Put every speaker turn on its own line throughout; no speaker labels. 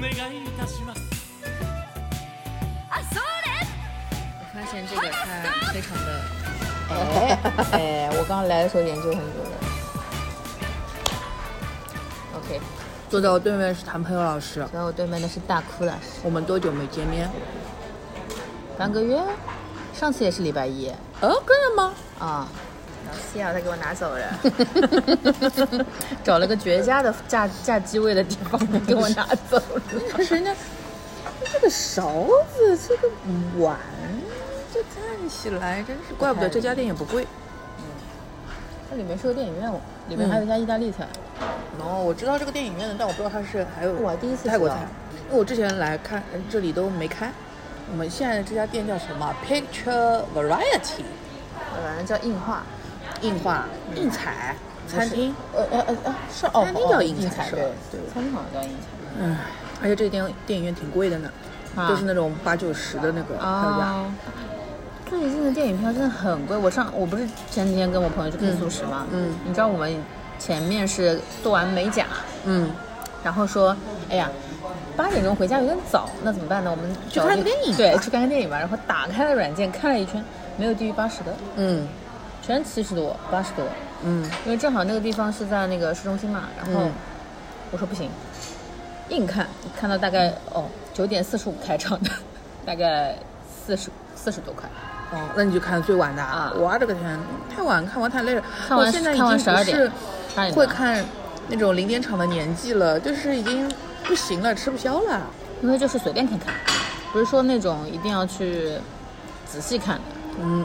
願いいたします
啊，それ
我发现这个它非常的，
哎哎，我刚来的时候研究很久的。OK，
坐在我对面是谭朋友老师，
然后我对面的是大哭老师，
我们多久没见面？
半个月，上次也是礼拜一
哦，真的吗？
啊。
幸好他给我拿走了， 找了个绝佳的架架机位的地方给我拿走了。
但是人家这个勺子，这个碗，这看起来真是，怪不得这家店也不贵。
它里面是个电影院，里面还有一家意大利菜。
哦，我知道这个电影院的，但我不知道它是还有
我第一次知道
泰国菜，因为我之前来看呃这里都没开。我们现在这家店叫什么？Picture Variety，
嗯
反
呃
正叫硬化。
硬化、硬彩餐厅。
呃呃呃呃，是哦，
餐厅叫
哦
硬
硬
菜是吧
对
对
餐厅好像叫硬菜。
嗯，而且这个电电影院挺贵的呢，
啊
都是那种八九十的那个票价。
啊，最近的电影票真的很贵。我上我不是前几天跟我朋友去看素食嘛，
嗯嗯
你知道我们前面是做完美甲，
嗯，
然后说，哎呀，八点钟回家有点早，那怎么办呢？我们
去
找
看
那
个电影
对，
吧
去看个电影吧。然后打开了软件看了一圈，没有低于八十的，
嗯
全七十多、八十多。
嗯，
因为正好那个地方是在那个市中心嘛，然后
嗯
我说不行，硬看，看到大概哦九点四十五开场的， 大概四十四十多块。
哦，那你就看最晚的啊
啊！
我的个天，太晚看完太累了。
看完
我现在已
看
经
完
不
12
是
点八点
会
多
看那种零点场的年纪了，就是已经不行了，吃不消了。
因为就是随便看看，不是说那种一定要去仔细看的。
嗯，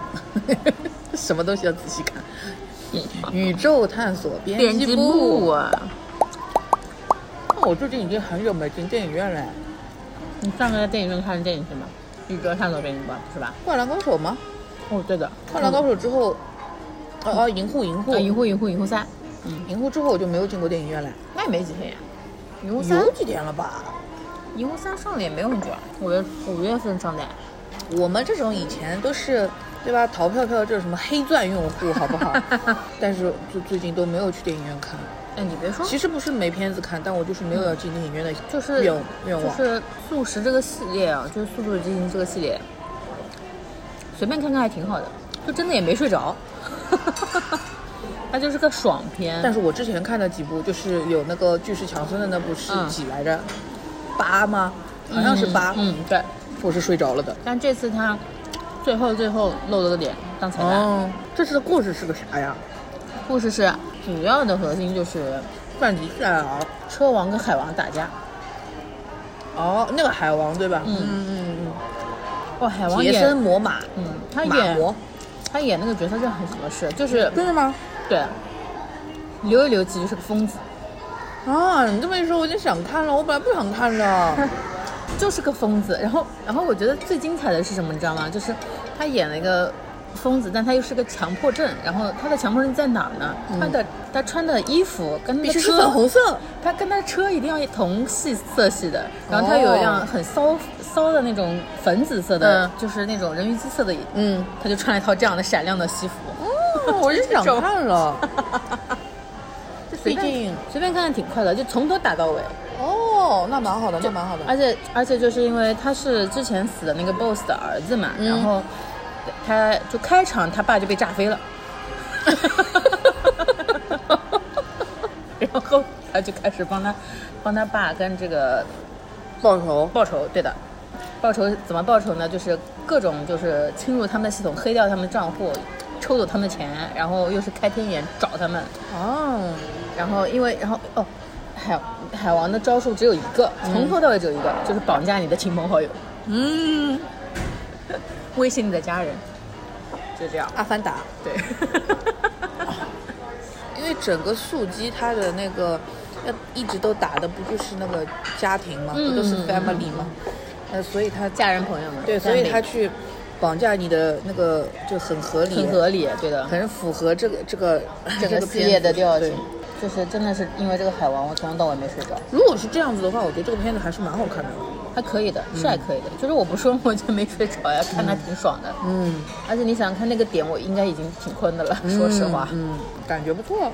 什么东西要仔细看？
也
宇宙探索编
编
辑
辑
部
部。啊，
那我最近已经很久没进电影院了，《
你上个在电影院看的电影是什么？宇宙探索编辑部啊是吧？
灌篮高手》吗？
哦，对的，
《灌篮高手》之后，哦哦，银护银护
嗯啊，银护银护银护三，
银护之后我就没有进过电影院了，
那也没几天呀。银护三
有，几天了吧？
银护三上的也没有很久啊，五月五月份上的呀。
我们这种以前都是对吧？淘票票这种什么黑钻用户，好不好？ 但是就最近都没有去电影院看。
哎，你别说，
其实不是没片子看，但我就是没有要进电影院的愿
就是
愿
就
望。
是素食这个系列啊，就是《速度与激情》这个系列，随便看看还挺好的，就真的也没睡着， 它就是个爽片。
但是我之前看的几部，就是有那个巨石强森的那部是
嗯
几来着？八吗？好像是八。
嗯，嗯对。
我是睡着了的。
但这次它最后最后露了个点当彩蛋，
哦，这次的故事是个啥呀？
故事是主要的核心就是
范迪塞尔。
车王跟海王打架，
哦，那个海王对吧？
嗯
嗯嗯
哇，海
嗯。
王
杰
演
森，摩马，
嗯，他
马
演
魔，
他演那个角色就很合适，就是
真的吗？
对，留一留其实是个疯子，
啊，你这么一说，我就想看了。我本来不想 看的。
就是个疯子。然后，然后我觉得最精彩的是什么，你知道吗？就是他演了一个疯子，但他又是个强迫症。然后他的强迫症在哪儿呢？他的他穿的衣服跟
嗯必
那
须
个
是
车
粉红色。
他跟他的车一定要同系色系的，
哦
然后他有一辆很骚、骚的那种粉紫色的，
嗯
就是那种人鱼基色的，
嗯，
他就穿了一套这样的闪亮的西服，
哦我就想看了。
就 随
毕
便
竟
随便看看挺快乐，就从头打到尾，
哦，那蛮好的，那蛮好的。
而且而且就是因为他是之前死的那个 boss 的儿子嘛，
嗯
然后他就开场他爸就被炸飞了， 然后他就开始帮他帮他爸跟这个
报仇。
报仇，对的。报仇怎么报仇呢？就是各种就是侵入他们的系统，黑掉他们账户，抽走他们的钱，然后又是开天眼找他们，
哦，
然后因为然后哦，海海王的招数只有一个，从头到尾只有一个，就是绑架你的亲朋好友，
嗯，
威胁你的家人，就这样。
阿凡达，
对，
因为整个速激它的那个要一直都打的不就是那个家庭嘛，
嗯
不都是
嗯
family 嘛，呃，所以他
家人朋友们，
对，所以他去绑架你的那个就很合理，
很合理，对的，
很符合这个这个
整
这
个
个
系列的
片
调
子
性。就是真的是因为这个海王，我从头到尾没睡着。
如果是这样子的话，我觉得这个片子还是蛮好看的。
还可以的，是还可以的。就是我不睡，我就没睡着呀，看他挺爽的。
嗯
而且你想看那个点，我应该已经挺困的了，说实话，
嗯，感觉不错。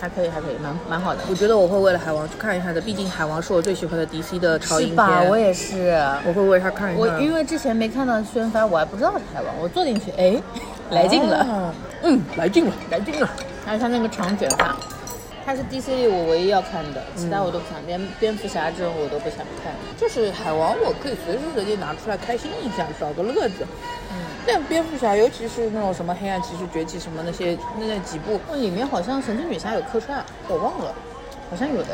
还可以，还可以，蛮蛮好的。
我觉得我会为了海王去看一下的，毕竟海王是我最喜欢的 DC 的超英
是
片。
吧？我也是，
我会为他看一下。
我因为之前没看到宣发，我还不知道是台湾，我坐进去，哎，来劲了。
啊嗯，来劲了，来劲了。
而且他那个长卷发，他是 DC 里我唯一要看的，其他我都不想，连蝙蝠侠这种我都不想看。
就是海王，我可以随时随地拿出来开心一下，找个乐子。但蝙蝠侠，尤其是那种什么黑暗骑士崛起什么那些那那几部，
哦，里面好像神奇女侠有客串，
我忘了。
好像有的。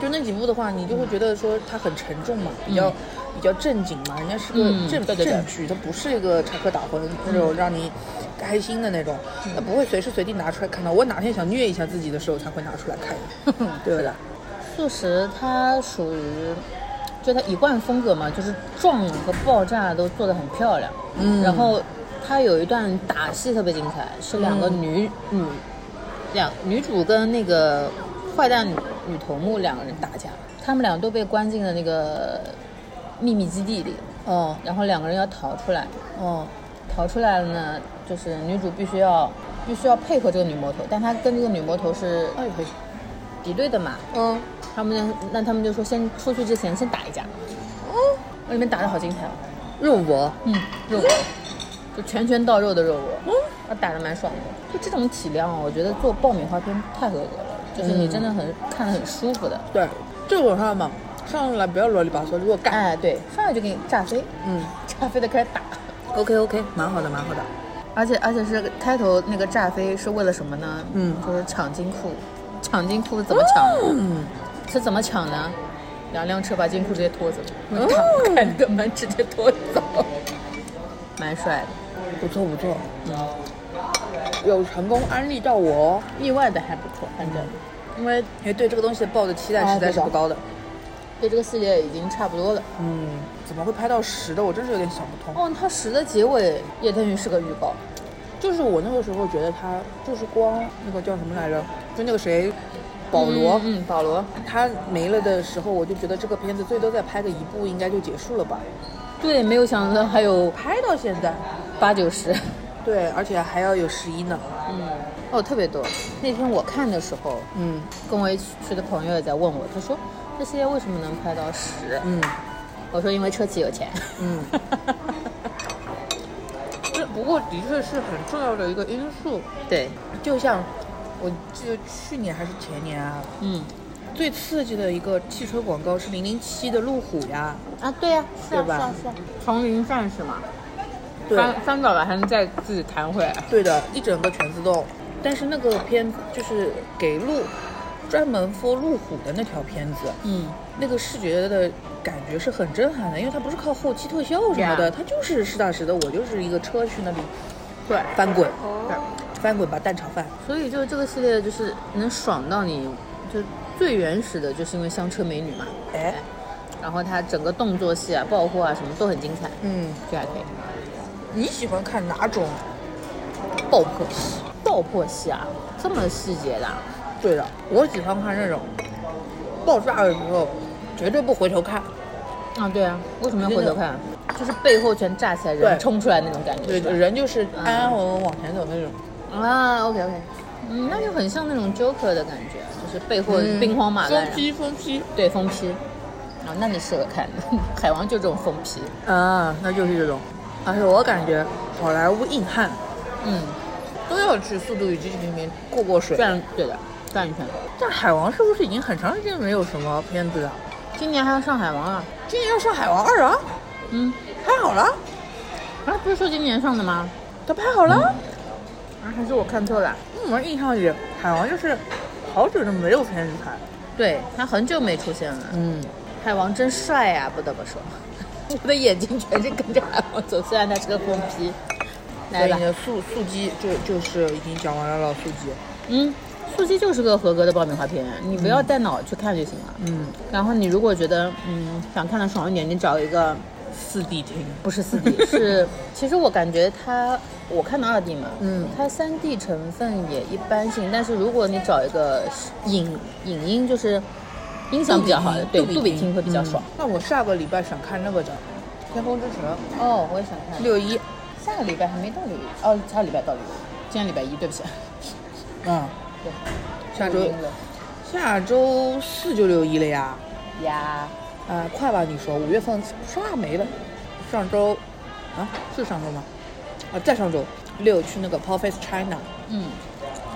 就那几部的话，你就会觉得说它很沉重嘛，比较、比较正经嘛，人家是个
嗯
正、
对对对
正剧，它不是一个插科打诨那种让你开心的那种，
嗯
那、不会随时随地拿出来看到。我哪天想虐一下自己的时候才会拿出来 看，对不对？
素食它属于，就它一贯风格嘛，就是撞和爆炸都做得很漂亮。
嗯
然后它有一段打戏特别精彩，是两个女、女两女主跟那个坏蛋女女头目两个人打架，他们俩都被关进了那个秘密基地里，
哦
然后两个人要逃出来。
哦，
逃出来了呢，就是女主必须要必须要配合这个女魔头，但她跟这个女魔头是
哎呦嘿，
敌对的嘛，
嗯，
他们就那他们就说先出去之前先打一架，
哦，
那里面打的好精彩哦，
肉搏，
嗯，肉搏，就拳拳到肉的肉搏，那打的蛮爽的。就这种体量，我觉得做爆米花片太合格了，就是你真的很、看的很舒服的。
对，这种上嘛，上来不要啰里吧嗦，如果干，
哎，对，上来就给你炸飞，
嗯
炸飞的开始打。
，OK OK，蛮好的，蛮好的，
而且而且是开头那个炸飞是为了什么呢？
嗯
就是抢金库，抢金库怎么抢？嗯，是怎么抢呢？两辆车把金库直接拖走，用打不开那个门直接拖走，蛮帅的，
不错不错，有成功安利到我哦。
意外的还不错，反正
因为因为对这个东西抱的期待实在嗯哦是不高的。
对这个系列已经差不多了。
嗯，怎么会拍到十的？我真是有点想不通。
哦，它十的结尾也等于是个预告，
就是我那个时候觉得他就是光那个叫什么来着，就那个谁，保罗，
嗯，嗯保罗，
他没了的时候，我就觉得这个片子最多再拍个一部应该就结束了吧。
对，没有想到还有
拍到现在，
八九十。
对，而且还要有十一呢。
哦，特别多。那天我看的时候，
嗯
跟我一起去的朋友也在问我，他说这系列为什么能拍到十？
嗯
我说因为车企有钱。
嗯。这不过的确是很重要的一个因素，
对，
就像我记得去年还是前年啊，
嗯，
最刺激的一个汽车广告是零零七的路虎呀，
啊，对呀、是啊
对吧？
丛林战士嘛，
对
翻倒了还能再自己弹回来。
对的，一整个全自动。但是那个片子就是给路专门 for 路虎的那条片子，
嗯，
那个视觉的感觉是很震撼的，因为它不是靠后期特效什么的
Yeah
它就是实打实的，我就是一个车去那里
对。
翻滚，翻滚吧蛋炒饭。
所以就这个系列就是能爽到你，就最原始的就是因为香车美女嘛，
哎，
然后它整个动作戏啊、爆破啊什么都很精彩，
嗯，
这还可以。
你喜欢看哪种爆破戏？
爆破戏啊，这么细节的啊、
对的，我喜欢看那种爆炸的时候绝对不回头看。
啊，对啊，为什么要回头看？就是背后全炸起来，人
对
冲出来那种感觉。
对，
是吧
就人就是安安稳稳往前走那种。
啊，OK OK，嗯，那就很像那种 Joker 的感觉，就是背后
嗯
兵荒马乱
疯，批疯批
然后对，疯批。啊，那你适合看， 海王就这种疯批。
啊，那就是这种。而且我感觉好莱坞硬汉
嗯，
都要去《速度与激情》里面过过水。
转对的，转一圈。
但海王是不是已经很长时间没有什么片子了？啊
今年还要上海王啊？
今年要上《海王二》啊，
嗯，
拍好了，
啊，不是说今年上的吗？
都拍好了。嗯
啊，还是我看错了？
我们印象里，海王就是好久都没有片子拍了。
对他很久没出现了。
嗯，
海王真帅呀、不得不说， 我的眼睛全是跟着海王走，虽然他是个疯批。
所
来
以
吧
你，的速速激就就是已经讲完了了，速激。
嗯，素鸡就是个合格的爆米花片，你不要带脑去看就行了。
嗯，
然后你如果觉得嗯想看的爽一点，你找一个
四 D 厅。
不是四 D，是其实我感觉它我看的二 D 嘛，
嗯
它三 D 成分也一般性，但是如果你找一个影影音就是音响比较好，对，嗯
杜
杜
比
比
听嗯
听会比较爽。
那我下个礼拜想看那个叫《天空之城
哦，我也想看》，
六一，
下个礼拜还没到六一，哦，下个礼拜到六一，今天礼拜一，对不起。
嗯，
对，
下周
录音了
下周四就六一了呀，
呀，
啊，快吧，你说五月份唰没了，上周啊是上周吗？啊，再上周六去那个 p o f a c e China，
嗯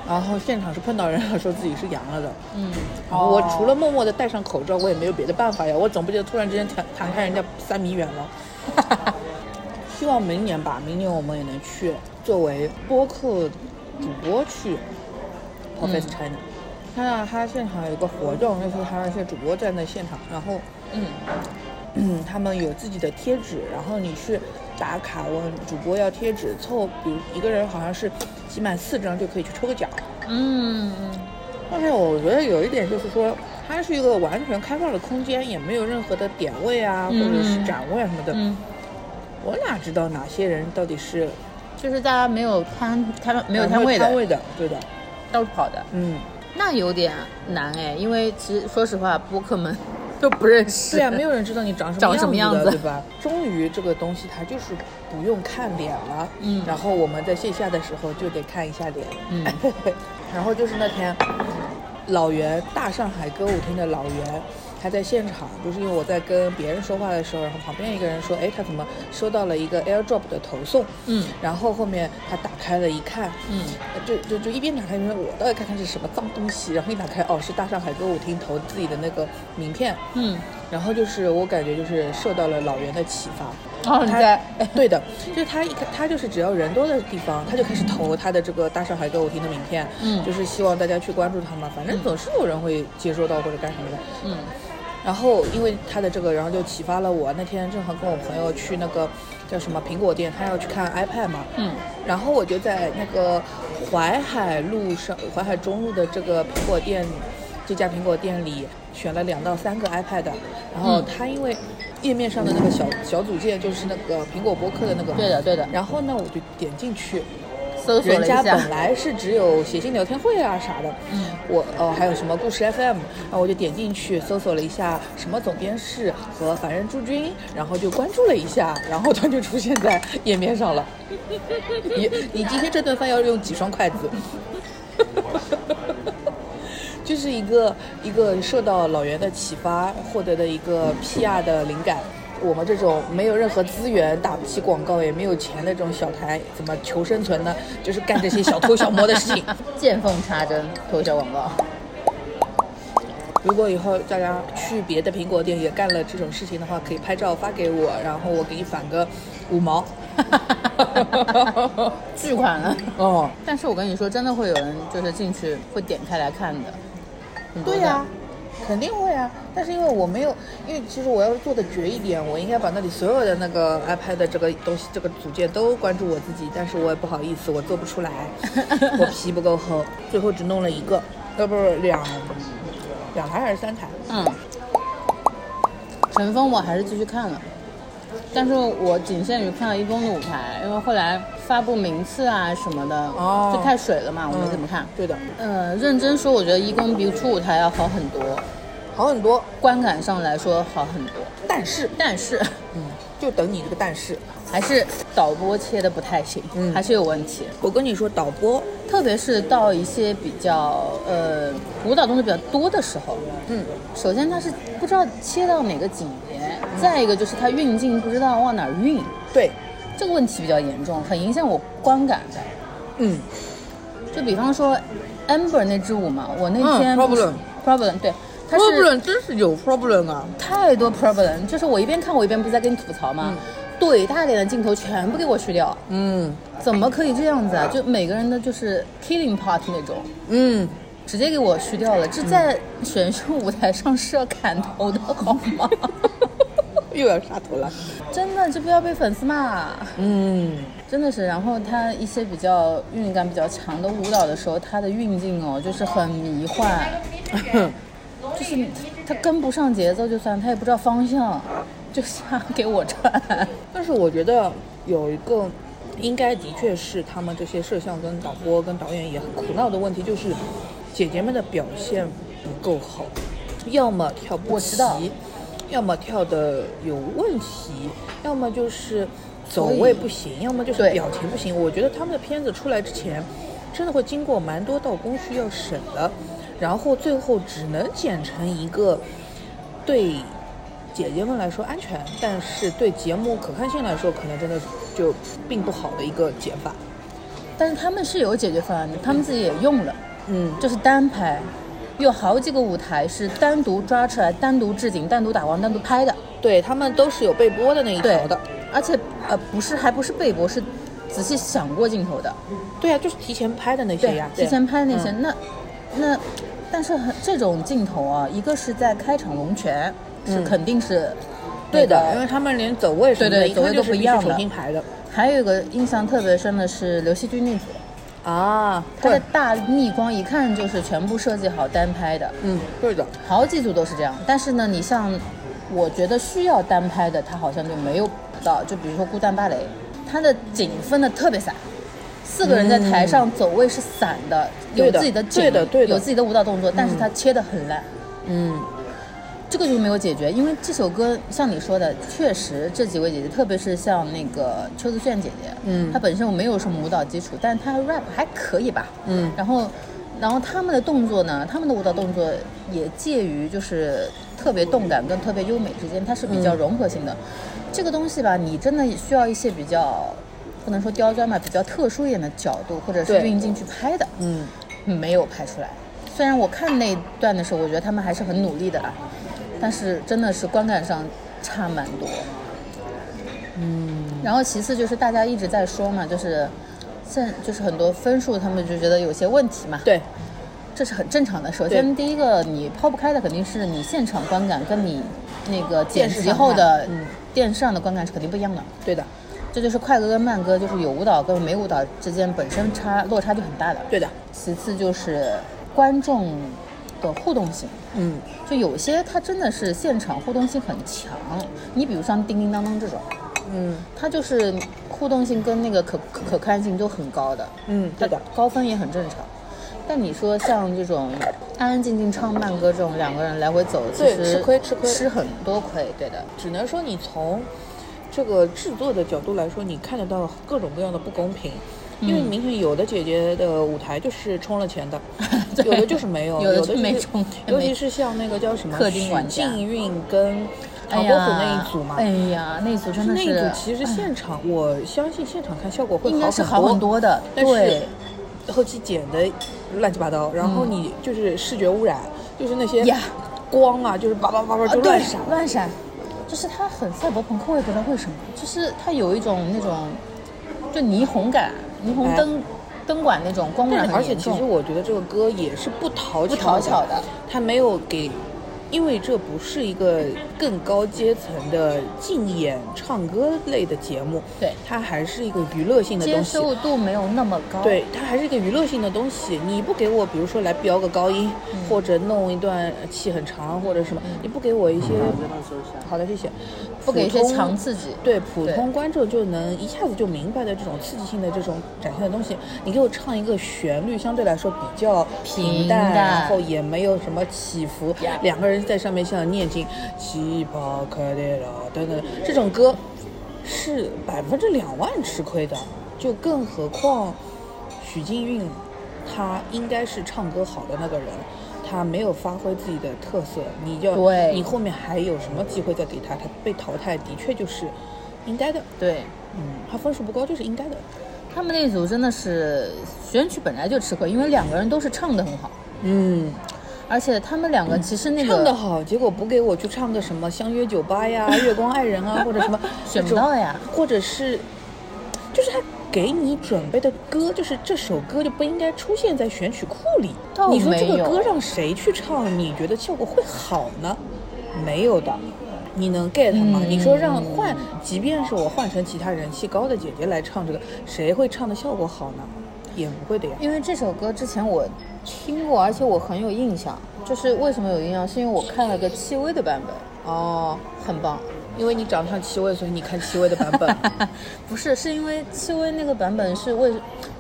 然后现场是碰到人了，说自己是阳了的。
嗯，
我除了默默的戴上口罩，我也没有别的办法呀。我总不能突然之间弹弹开人家三米远 了。希望明年吧，明年我们也能去，作为播客主播去 p o f a c e China。他
嗯
让他现场有一个活动，就是他那些主播站在现场，然后
嗯
嗯，他们有自己的贴纸，然后你去打卡问主播要贴纸，凑，比如一个人好像是集满四张就可以去抽个奖。
嗯
但是我觉得有一点就是说，它是一个完全开放的空间，也没有任何的点位啊，或者是
嗯
展位啊什么的。
嗯，
我哪知道哪些人到底是
就是大家没有摊摊没有摊位
位
的，
摊的，对的，
到处跑的，
嗯，
那有点难哎，因为其实说实话，播客们都不认识。
对啊，没有人知道你长什么
长什么
样
样
的
子
对吧？终于这个东西它就是不用看脸了，
嗯
然后我们在线下的时候就得看一下脸，
嗯
然后就是那天老袁大上海歌舞厅的老袁。他在现场，就是因为我在跟别人说话的时候，然后旁边一个人说：“哎，他怎么收到了一个 AirDrop 的投送？”
嗯
然后后面他打开了一看，
嗯
呃就就就一边打开一边说我到底看看是什么脏东西，然后一打开哦是大上海歌舞厅投自己的那个名片，
嗯，
然后就是我感觉就是受到了老袁的启发。
哦你
他
在
哎，对的，就是他一开他就是只要人多的地方，他就开始投他的这个大上海歌舞厅的名片，
嗯
就是希望大家去关注他嘛，反正总是有人会接收到或者干什么的。
嗯
然后因为他的这个，然后就启发了我。那天正好跟我朋友去那个叫什么苹果店，他要去看 iPad 嘛，
嗯
然后我就在那个淮海路上，淮海中路的这个苹果店，这家苹果店里选了两到三个 iPad，然后
嗯
它因为页面上的那个小小组件就是那个苹果播客的那个，
对的对的
然后呢，我就点进去，
搜索
人
了一
家
下，
本来是只有写信聊天会啊啥的，
嗯，
我哦还有什么故事 FM，然后我就点进去搜索了一下什么总编室和凡人驻军，然后就关注了一下，然后它就出现在页面上了。你你今天这顿饭要用几双筷子？ 就是一个一个受到老袁的启发获得的一个 PR 的灵感。我们这种没有任何资源、打不起广告、也没有钱的这种小台，怎么求生存呢？就是干这些小偷小摸的事情。
见缝插针投小广 告。
如果以后大家去别的苹果店也干了这种事情的话，可以拍照发给我，然后我给你返个五毛。
巨款了。
哦，
但是我跟你说，真的会有人就是进去会点开来看的，很多
对
的
呀、肯定会啊。但是因为我没有，因为其实我要是做的绝一点，我应该把那里所有的那个 iPad 的这个东西、这个组件都关注我自己，但是我也不好意思，我做不出来， 我皮不够厚，最后只弄了一个，呃，不是两两台还是三台？
嗯，陈峰我还是继续看了，但是我仅限于看到一公的舞台，因为后来发布名次啊什么的，
哦
就太水了嘛，我没怎么看。
嗯对的，
呃，认真说，我觉得一公比初舞台要好很多，
好很多，
观感上来说好很多，
但是，
但是
嗯，就等你这个但是。
还是导播切的不太行，
嗯
还是有问题。
我跟你说，导播
特别是到一些比较呃舞蹈动作比较多的时候，
嗯，
首先它是不知道切到哪个景别，
嗯
再一个就是它运镜不知道往哪儿运，
对，
这个问题比较严重，很影响我观感的。
嗯，
就比方说 Amber 那支舞嘛，我那
嗯
天、
problem
problem 对，它是
problem 真是有 problem 啊！
太多 problem，就是我一边看我一边不是在跟你吐槽吗？怼大脸的镜头全部给我去掉，
嗯
怎么可以这样子啊？就每个人的就是 killing part 那种。
嗯，
直接给我虚掉了，这在选秀舞台上是要砍头的好吗？
又要杀头了。
真的，这不要被粉丝骂，
嗯，
真的是。然后他一些比较韵感比较强的舞蹈的时候，他的运镜哦，就是很迷幻， 就是他跟不上节奏就算，他也不知道方向，就瞎给我转。
但是我觉得有一个，应该的确是他们这些摄像跟导播跟导演也很苦恼的问题，就是姐姐们的表现不够好。要么跳不
我知道
齐，要么跳的有问题，要么就是走
所以
位不行，要么就是
对
表情不行。我觉得他们的片子出来之前，真的会经过蛮多道工序要审的，然后最后只能剪成一个对姐姐们来说安全，但是对节目可看性来说，可能真的就并不好的一个解法。
但是他们是有解决方案的，他们自己也用了，
嗯，
就是单拍，有好几个舞台是单独抓出来、单独置景、单独打光、单独拍的。
对他们都是有被播的那一
对
条的。，
而且呃不是还不是背播，是仔细想过镜头的。
对啊，就是提前拍的那些
对
呀，，
提前拍的那些，
嗯
那那但是很这种镜头啊，一个是在开场龙泉，是
嗯
肯定是
对
那
的，
个
因为他们连走位什么的，
对对
一看
走
就
位都
是
不一样了
必须重新排的
还有一个印象特别深的是刘惜君那组，
啊。
她的
对，
大逆光一看就是全部设计好单拍的，
嗯，对的，
好几组都是这样。但是呢，你像我觉得需要单拍的，她好像就没有到，就比如说《孤单芭蕾》，她的景分的特别散。四个人在台上走位是散的，
嗯对
有
的
自己的景，
对的对的
有自己的舞蹈动作，但是她切的很烂。
嗯，
这个就没有解决，因为这首歌像你说的，确实这几位姐姐，特别是像那个邱子炫姐姐，
嗯
她本身我没有什么舞蹈基础，但是她 rap 还可以吧，
嗯
然后，然后她们的动作呢，她们的舞蹈动作也介于就是特别动感跟特别优美之间，它是比较融合
嗯
性的。这个东西吧，你真的需要一些比较不能说刁钻吧，比较特殊一点的角度或者是
对
运镜去拍的，
嗯，
没有拍出来。虽然我看那段的时候，我觉得他们还是很努力的啦，啊但是真的是观感上差蛮多。嗯，然后其次就是大家一直在说嘛，就是现就是很多分数他们就觉得有些问题嘛，，
对，
这是很正常的。首先
对
第一个，你抛不开的肯定是你现场观感跟你那个剪
电视
辑
上
后的
看嗯
电视上的观感是肯定不一样的。
对的，
这就是快歌跟慢歌，就是有舞蹈跟没舞蹈之间本身差落差就很大的。
对的，
其次就是观众的互动性，
嗯，
就有些它真的是现场互动性很强。你比如像叮叮当当这种，
嗯，
它就是互动性跟那个可可可看性都很高的，
嗯对的，
高分也很正常。但你说像这种安安静静唱慢歌这种两个人来回走，其
对
实
吃亏吃亏
吃很多亏，对的，
只能说你从这个制作的角度来说，你看得到各种各样的不公平。
嗯
因为明显有的姐姐的舞台就是充了钱的，
对
有的就是没有，
有的
有
就是没充也
尤
没
其是像那个叫什么
氪
许
金玩家
靖韵跟
哎
唐伯虎
呀，
那一组嘛，
哎呀，那一组
就
真的
是那一
是哎
组其实现场，我相信现场看效果会
应该是好很
多，
多的，
但是
对。嗯
后期剪的乱七八糟，然后你就是视觉污染，就是那些
呀
光啊，就是叭叭叭叭
啊，
就
对
乱闪，
乱闪，就是它很赛博朋克，我也不知道为什么，就是它有一种那种就霓虹感，霓虹
哎
灯、灯管那种光污
但
染
是而
很
且
严
其实
重。
我觉得这个歌也是不讨
不讨巧的
的，他没有给，因为这不是一个更高阶层的竞演唱歌类的节目，
对，
它还是一个娱乐性的
接
东西。
受度没有那么高。
对，它还是一个娱乐性的东西。你不给我，比如说来飙个高音，
嗯
或者弄一段气很长，或者什么，你不给我一些，好的，谢谢。
不给一些
普通
强刺激
对普
对
通观众就能一下子就明白的这种刺激性的这种展现的东西，你给我唱一个旋律相对来说比较
平
平淡，
淡
然后也没有什么起伏，两个人在上面像念经，七宝开的了等等，这种歌是百分之两万吃亏的，就更何况许靖韵，她应该是唱歌好的那个人。她没有发挥自己的特色，你要
对
你后面还有什么机会再给她？她被淘汰的确就是应该的，
对，
嗯，她分数不高就是应该的，
他们那组真的是选曲本来就吃亏，因为两个人都是唱的很好，
嗯，
而且他们两个其实那个
唱的好，结果不给我去唱个什么《相约酒吧》呀、《月光爱人》啊，或者什么
选不到哎呀
这种或者是就是他给你准备的歌，就是这首歌就不应该出现在选曲库里
倒。
你说这
没
个
有
歌让谁去唱，你觉得效果会好呢？没有的。你能 get 吗？
嗯
你说让换，即便是我换成其他人气高的姐姐来唱这个，谁会唱的效果好呢？也不会的呀。
因为这首歌之前我听过，而且我很有印象。就是为什么有印象，是因为我看了个戚薇的版本，
哦，
很棒。
因为你长得像戚薇，所以你看戚薇的版本。
不是，是因为戚薇那个版本是为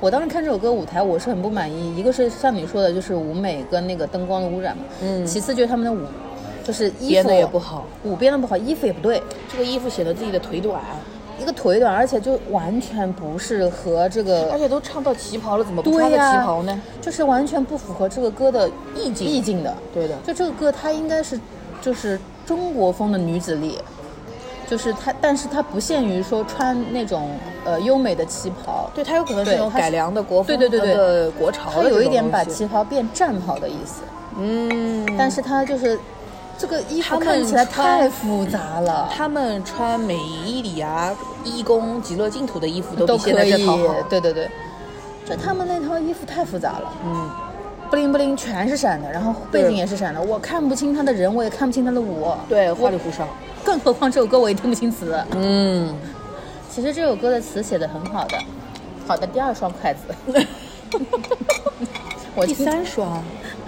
我当时看这首歌舞台，我是很不满意。一个是像你说的，就是舞美跟那个灯光的污染嘛，
嗯
其次就是他们的舞就是衣
编
服
的也不好，
舞编的不好，衣服也不对，
这个衣服显得自己的腿短，
一个腿短，而且就完全不是和这个
而且都唱到旗袍了，怎么不穿
对
个
呀、
旗袍呢？
就是完全不符合这个歌的意境意境的。
对的
就这个歌它应该是就是中国风的女子力，就是它，但是它不限于说穿那种呃优美的旗袍，
对，它有可能是
对
那种
它是
改良的国风，
对对对对
的国潮
它
的这
有一
种
点
东
把
西
旗袍变战袍的意思，
嗯，
但是它就是这个衣服
他们
看起来
穿
太复杂了。
他们穿美伊里啊、伊宫、极乐净土的衣服都
都
比现
可
在
以
这套好。，
对对对，就他们那套衣服太复杂了，
嗯，
不灵不灵全是闪的，然后背景也是闪的，我看不清他的人，我也看不清他的舞，
对，花里胡哨。
更何况这首歌我也听不清词。
嗯，
其实这首歌的词写的很好的，好的第二双筷子， 我
第
今
三双，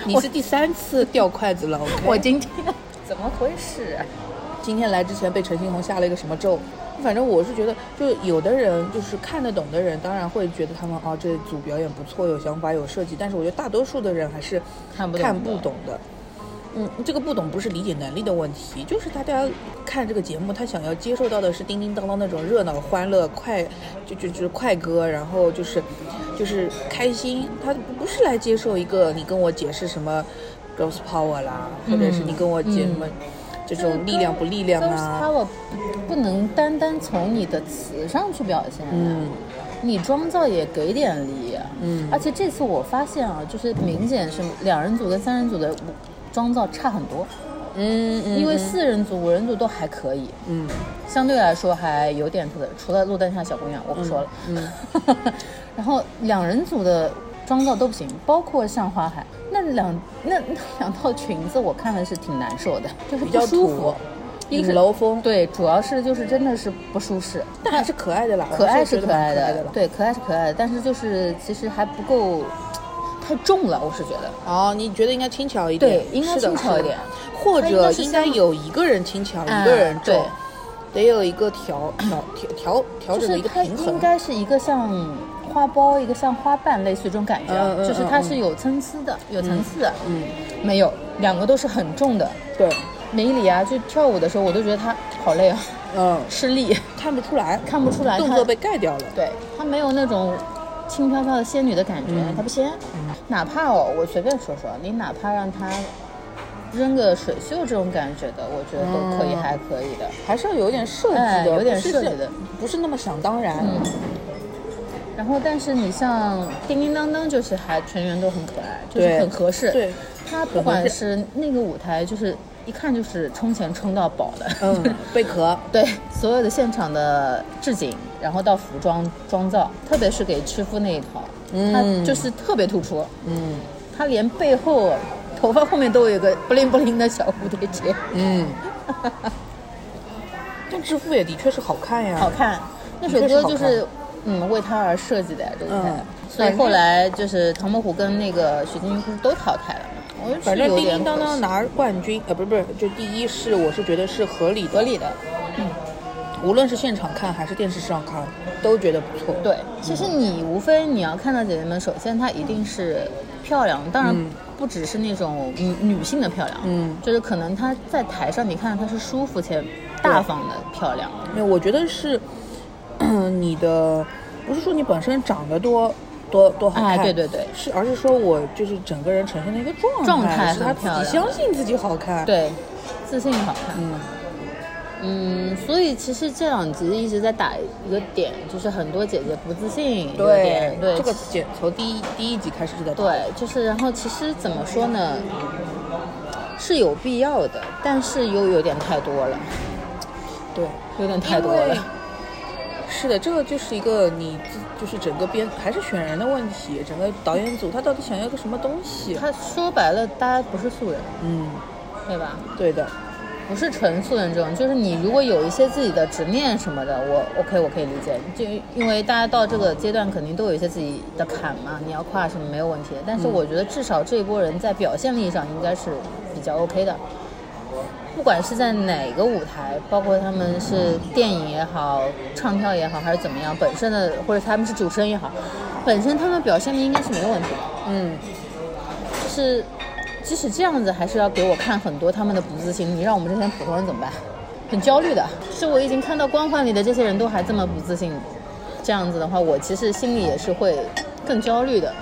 你是第三次掉筷子了。OK
我今天 怎么回事、啊？
今天来之前被陈星红下了一个什么咒？反正我是觉得，就有的人就是看得懂的人，当然会觉得他们哦，这组表演不错，有想法，有设计。但是我觉得大多数的人还是
看不懂的
看不懂的。嗯，这个不懂不是理解能力的问题，就是大家看这个节目，他想要接受到的是叮叮当当那种热闹、欢乐、快，就就就是快歌，然后就是就是开心。他不是来接受一个你跟我解释什么 girls power 啦，或者是你跟我解什
嗯
么这种力量不力量啊。
我不能单单从你的词上去表现、
嗯，
你妆造也给点力、啊
嗯
而且这次我发现啊，就是明显是两人组跟三人组的妆造差很多，
嗯嗯，
因为四人组、五人组都还可以，
嗯，
相对来说还有点特色，除了《落单下小姑娘》，我不说了。
嗯
然后两人组的妆造都不行，包括像花海那两那那两套裙子，我看的是挺难受的，就是
比较
不舒
土
服。一个是
影楼风
对，主要是就是真的是不舒适，
但还是可爱的啦，
可爱
我觉得
可爱
蛮可爱的啦。
对，可爱是可爱的，但是就是其实还不够太重了，我是觉得。
哦，你觉得应该轻巧一点？
对应该
是的
轻巧一点，
是的或
它应
者
该是
应该
像
有一个人轻巧，
嗯
一个人重
对，
得有一个调调调调调
就
整的
是
一个
它
平衡
应。该是一个像花苞，一个像花瓣，类似于这种感觉，啊
嗯嗯
就是
嗯
它
嗯
是有参差的，有层次的。
嗯，
没有，两个都是很重的。
对，
梅里啊，就跳舞的时候，我都觉得她好累啊，
嗯，
吃力，
看不出来，
看不出来她
动作被盖掉了。
对，她没有那种轻飘飘的仙女的感觉，
嗯
她不仙。哪怕哦，我随便说说，你哪怕让她扔个水袖这种感觉的，我觉得都可以，
嗯
还可以的。
还是要有点设计
哎
的，
有点
不是
设计
像
的，
不是那么想当然。
嗯然后，但是你像叮叮当当，就是还全员都很可爱，就是
对
很合适。
对，
他不管是那个舞台，就是一看就是充钱充到饱的。
嗯，贝壳，
对，所有的现场的置景，然后到服装妆造，特别是给屈夫那一套，他
嗯
就是特别突出，
嗯
他连背后头发后面都有一个不灵不灵的小蝴蝶结，
嗯。 但制服也的确是好看呀，
好看。那首
确实
歌
好
就
看
是嗯为他而设计的呀这个舞台
嗯，
所以
反正
后来就是唐伯虎跟那个许金玉不是都淘汰了嘛，我
反
觉得是
正
有
叮
点
叮当
可惜
当拿冠军，呃，不是不是，就第一是我是觉得是合理的，
合理的。
无论是现场看还是电视上看，都觉得不错。嗯
对，其实你无非你要看到姐姐们，首先她一定是漂亮，当然
嗯
不只是那种女女性的漂亮，
嗯
就是可能她在台上你看她是舒服且大方的漂亮，
因为我觉得是，你的不是说你本身长得多多多好看，
哎对对对
是而是说我就是整个人呈现的一个状态，
状态
是他
很漂
自己
亮
相信自己好看。，
对，自信好看，
嗯
嗯，所以其实这两集一直在打一个点，就是很多姐姐不自信，有
对
点对
这个剪从第一第一集开始就在打
对，就是然后其实怎么说呢，是有必要的，但是又有点太多了，
对，
有点太多了
因为。是的，这个就是一个你自就是整个编还是选人的问题，整个导演组他到底想要个什么东西？
他说白了，大家不是素人，
嗯，
对吧？
对的，
不是纯素人这种，就是你如果有一些自己的执念什么的，我 OK，我可以理解。就因为大家到这个阶段，肯定都有一些自己的坎嘛，你要跨什么没有问题的。但是我觉得至少这一波人在表现力上应该是比较 OK 的，不管是在哪个舞台，包括他们是电影也好、唱跳也好，还是怎么样，本身的或者他们是主持人也好，本身他们表现力应该是没有问题的。
嗯。
就是即使这样子，还是要给我看很多他们的不自信。你让我们这些普通人怎么办？很焦虑的。是我已经看到光环里的这些人都还这么不自信，这样子的话，我其实心里也是会更焦虑的。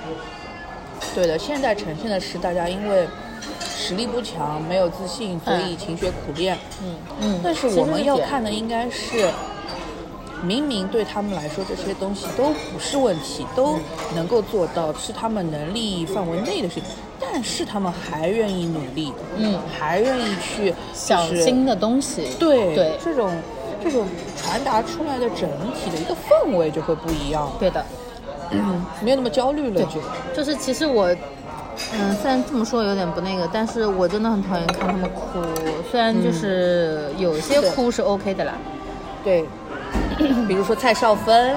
对的，现在呈现的是大家因为实力不强、没有自信，所以勤学苦练。
嗯嗯。
但是
其实
我们要
这样
看的应该是，明明对他们来说这些东西都不是问题，都能够做到，是他们能力范围内的事情，但是他们还愿意努力，
嗯，
还愿意去
想
就是
新的东西，
对
对
这种这种传达出来的整体的一个氛围就会不一样，
对的。
没有那么焦虑了就。
就是其实我，嗯，虽然这么说有点不那个，但是我真的很讨厌看他们哭。虽然就是有些
嗯对
哭是 OK 的啦，
对，比如说蔡少芬，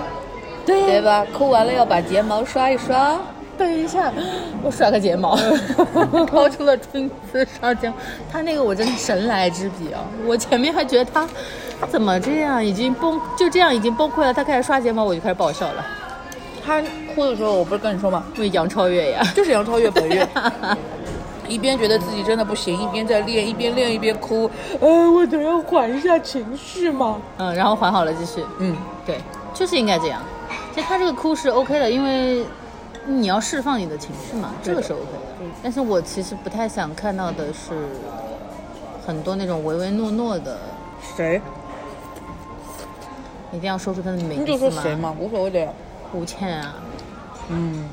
对
对吧？哭完了要把睫毛刷一刷，
等一下，我甩个睫毛，嗯 掏出了春丝烧睫毛。他那个我真的神来之笔啊！我前面还觉得他怎么这样，已经崩，就这样已经崩溃了。他开始刷睫毛，我就开始爆笑了。
他哭的时候，我不是跟你说吗？
因为杨超越 呀，
就是杨超越本 月，一边觉得自己真的不行，一边在练，一边练一边哭。呃，我得要缓一下情绪嘛。
嗯，然后还好了，继续。
嗯，
对，就是应该这样。其实他这个哭是 OK 的，因为你要释放你的情绪嘛，这个是 OK 的。但是我其实不太想看到的是很多那种唯唯诺诺的，
谁？
一定要说出他的名
你
字
就说
吗
谁嘛，无所谓的呀。
吴倩啊，
嗯，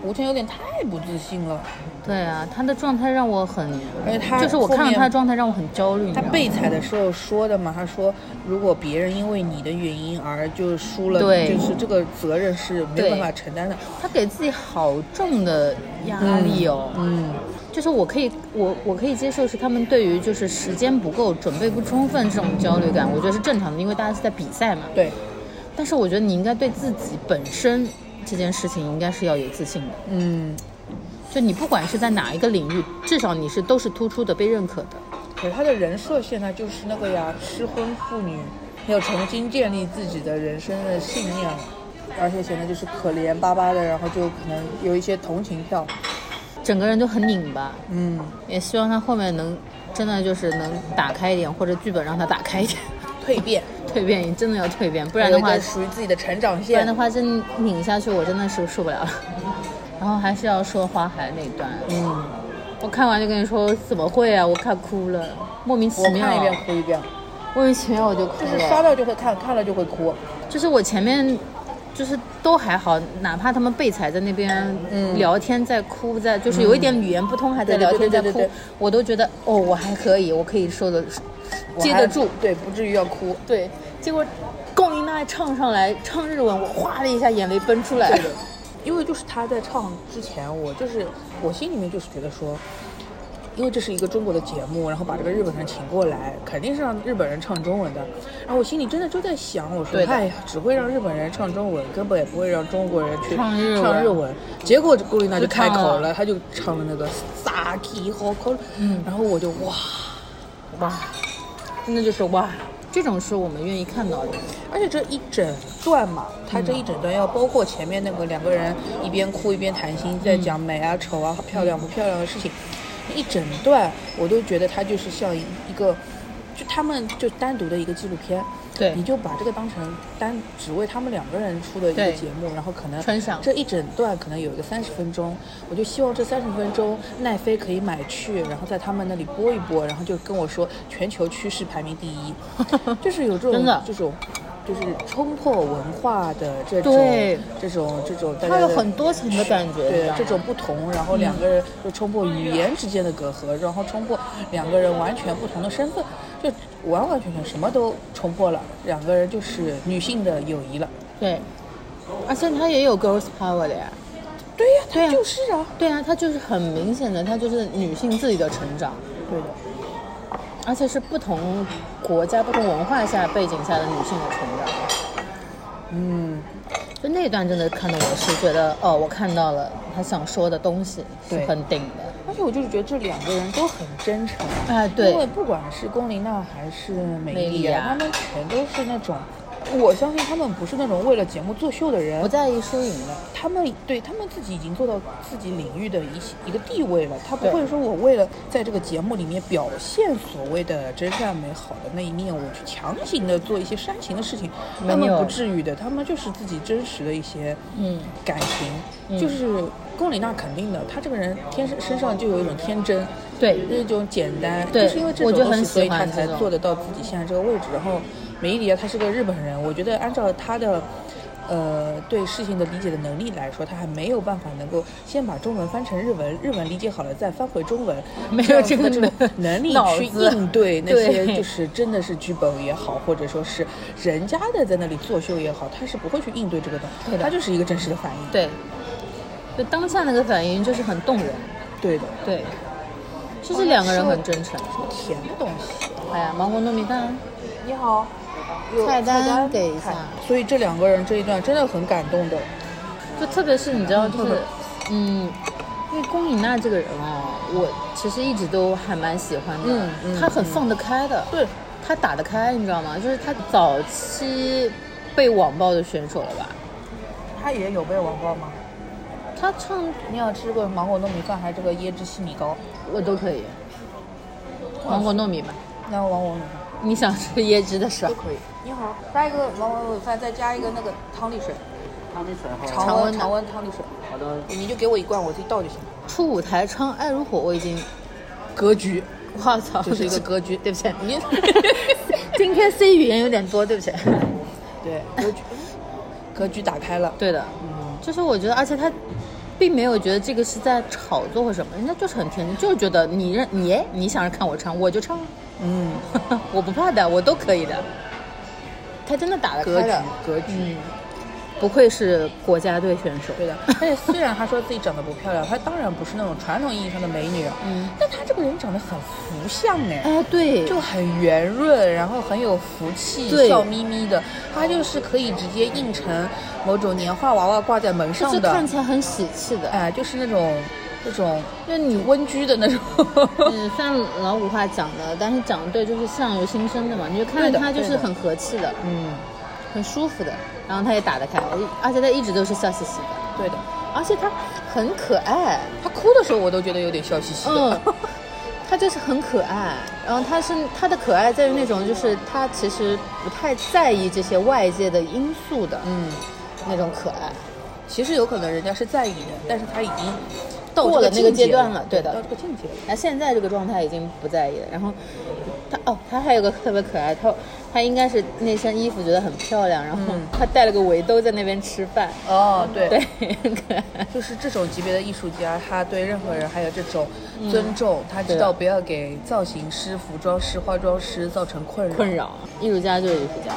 吴倩有点太不自信了，
对啊，她的状态让我很，
而且她
就是我看
后
到
面
她的状态让我很焦虑，你知
她
道吗？
备采的时候说的嘛，她说如果别人因为你的原因而就输了，
对
就是这个责任是没有
对
办法承担的。
她给自己好重的压力哦，
嗯，
就是我可以，我我可以接受是他们对于就是时间不够、准备不充分这种焦虑感，我觉得是正常的，因为大家是在比赛嘛。
对，
但是我觉得你应该对自己本身这件事情应该是要有自信的，
嗯，
就你不管是在哪一个领域，至少你是都是突出的、被认可的。
可是她的人设现在就是那个呀，失婚妇女，要重新建立自己的人生的信念了，而且显得就是可怜巴巴的，然后就可能有一些同情票。
整个人就很拧巴，
嗯，
也希望他后面能真的就是能打开一点，或者剧本让他打开一点，
蜕变，
蜕变，真的要蜕变，不
不
然的话，
属于自己的成长
不然
线
的。话真拧下去，我真的是受不了 了。然后还是要说花海那段，
嗯，
我看完就跟你说怎么会啊，我看哭了，莫名其
我
妙，
看一遍哭一遍，
莫名其妙我就哭
就
了，
是刷到就会看，看了就会哭。
就是我前面就是都还好，哪怕他们被裁在那边
嗯
聊天在哭，在就是有一点语言不通还在聊
对
天
对
在
对对
哭
对对，
我都觉得哦我还可以，我可以受得
我
接
还
得住。
对，不至于要哭。
对，结果龚琳娜唱上来唱日文，我哗的一下眼泪奔出来了。
因为就是他在唱之前，我就是我心里面就是觉得说，因为这是一个中国的节目，然后把这个日本人请过来，肯定是让日本人唱中文的。然后我心里真的就在想，我说
对的
哎呀，只会让日本人唱中文，根本也不会让中国人去
唱日文
唱日文。结果顾丽娜就
就唱
开
了
口了，她就唱了那个萨提好口，嗯，然后我就哇，
哇，真的就是哇，这种是我们愿意看到的。
而且这一整段嘛，他这一整段要包括前面那个两个人一边哭一边谈心，
嗯
在讲美啊、丑啊、漂亮不漂亮的事情，一整段我都觉得它就是像一一个，就他们就单独的一个纪录片。
对
你就把这个当成单只为他们两个人出的一个
对
节目，然后可能
纯享
这一整段可能有一个三十分钟，我就希望这三十分钟奈飞可以买去，然后在他们那里播一播，然后就跟我说全球趋势排名第一， 就是有这种
真的
这种。就是冲破文化的这种
对
这种这种，大
它
家
有
的
很多层的感觉，你知
对
道吗嗯
这种不同，然后两个人就冲破语言之间的隔阂，然后冲破两个人完全不同的身份，就完完全全什么都冲破了，两个人就是女性的友谊了。
对，而且它也有 girls power 的呀。
对呀、
对
他
呀
就是啊，
对啊，它就是很明显的，它就是女性自己的成长，
对的，
而且是不同国家、不同文化下背景下的女性的成长。
嗯，
就那段真的看的我是觉得，哦，我看到了她想说的东西是
对
很顶的。
而且我就是觉得这两个人都很真诚。
哎，
因为
对，
不管是龚琳娜还是美
美
丽
丽
啊，
啊
她们全都是那种我相信他们不是那种为了节目作秀的
不
人，
在意输赢了。
他们对他们自己已经做到自己领域的一些一个地位了，他不
对
会说我为了在这个节目里面表现所谓的真善美好的那一面，我去强行的做一些煽情的事情，
没
他们
有
不至于的，他们就是自己真实的一些
嗯
感情，就是龚琳娜肯定的，她这个人天生身上就有一种天真，
对
就是一种简单，
对
就是因为这
我
种
就很
东西，所以
喜欢
她
这
才
种
做得到自己现在这个位置。然后梅姨里亚她是个日本人，我觉得按照她的。呃，对事情的理解的能力来说，她还没有办法能够先把中文翻成日文，日文理解好了再翻回中文，
没有
这样
这个
子的这种
能
能力
脑
去
子
应对那
对
些就是真的是剧本也好，或者说是人家的在那里作秀也好，她是不会去应对这个东
对
西，
的
她就是一个真实的反应。
对，就当下那个反应就是很动人，
对的，
对，就是两个人很真诚。
甜的东西。
哎呀，芒果糯米饭，
你好，
菜单给一下。
哎所以这两个人这一段真的很感动的。
就特别是你知道，就是嗯，因为龚颖娜这个人哦，我其实一直都还蛮喜欢的，
嗯嗯
她很放得开的，
对，
她打得开，你知道吗？就是她早期被网暴的选手了吧？
他也有被网暴吗？
她唱
你有吃过芒果糯米饭还是这个椰汁西米糕？
我都可以，芒果糯米嘛，
那芒果糯米饭
你想 吃椰汁的是吧？
可以。你好，来一个芒果糯米饭，再加一个那个汤力水，
汤力水好，
常
常温
温
的
常温汤力水。
好的，
你就给我一罐，我自己倒就行。
出舞台唱《爱如火》，我已经，
格局，
我操，
这是一个格
局，对不起，
你
今天 C 语言有点多，对不起。
对格 局，格局打开了。
对的，
嗯
就是我觉得，而且他并没有觉得这个是在炒作或什么，人家就是很天真，就是觉得你认你你想着看我唱，我就唱，啊
嗯，
我不怕的，我都可以的。他真的打得
格
开
局
的，
格局。
嗯，不愧是国家队选手，
对的，而且虽然她说自己长得不漂亮，她当然不是那种传统意义上的美女，啊
嗯，
但她这个人长得很福相哎，
哎，对，
就很圆润，然后很有福气，
对
笑眯眯的。它就是可以直接印成某种年画娃娃挂在门
就是
上的
看，起来很喜气的。
哎、就是那种那种
就你
温居的那种。
嗯，虽然老古话讲的，但是讲的对，就是相由心生的嘛。你就看着
对的
他就是
对的
很和气的，
嗯，
很舒服的，然后他也打得开，而且他一直都是笑嘻嘻的。
对的。
而且他很可 爱，
他哭的时候，我都觉得有点笑嘻嘻的。
嗯他就是很可爱。然后他是他的可爱在于那种，就是他其实不太在意这些外界的因素的
嗯，
那种可爱。
其实有可能人家是在意的，但是他已经到
过了
这
那个
境界
阶段了对的
到这个境界了。
那现在这个状态已经不在意了。然后他哦，他还有个特别可爱，他他应该是那身衣服觉得很漂亮，然后
嗯
他带了个围兜在那边吃饭，
哦，对
对，很可爱。
就是这种级别的艺术家，他对任何人还有这种尊重，他知
对
道
的
不要给造型师、服装师、化妆师造成困扰。
困扰，艺术家就是艺术家，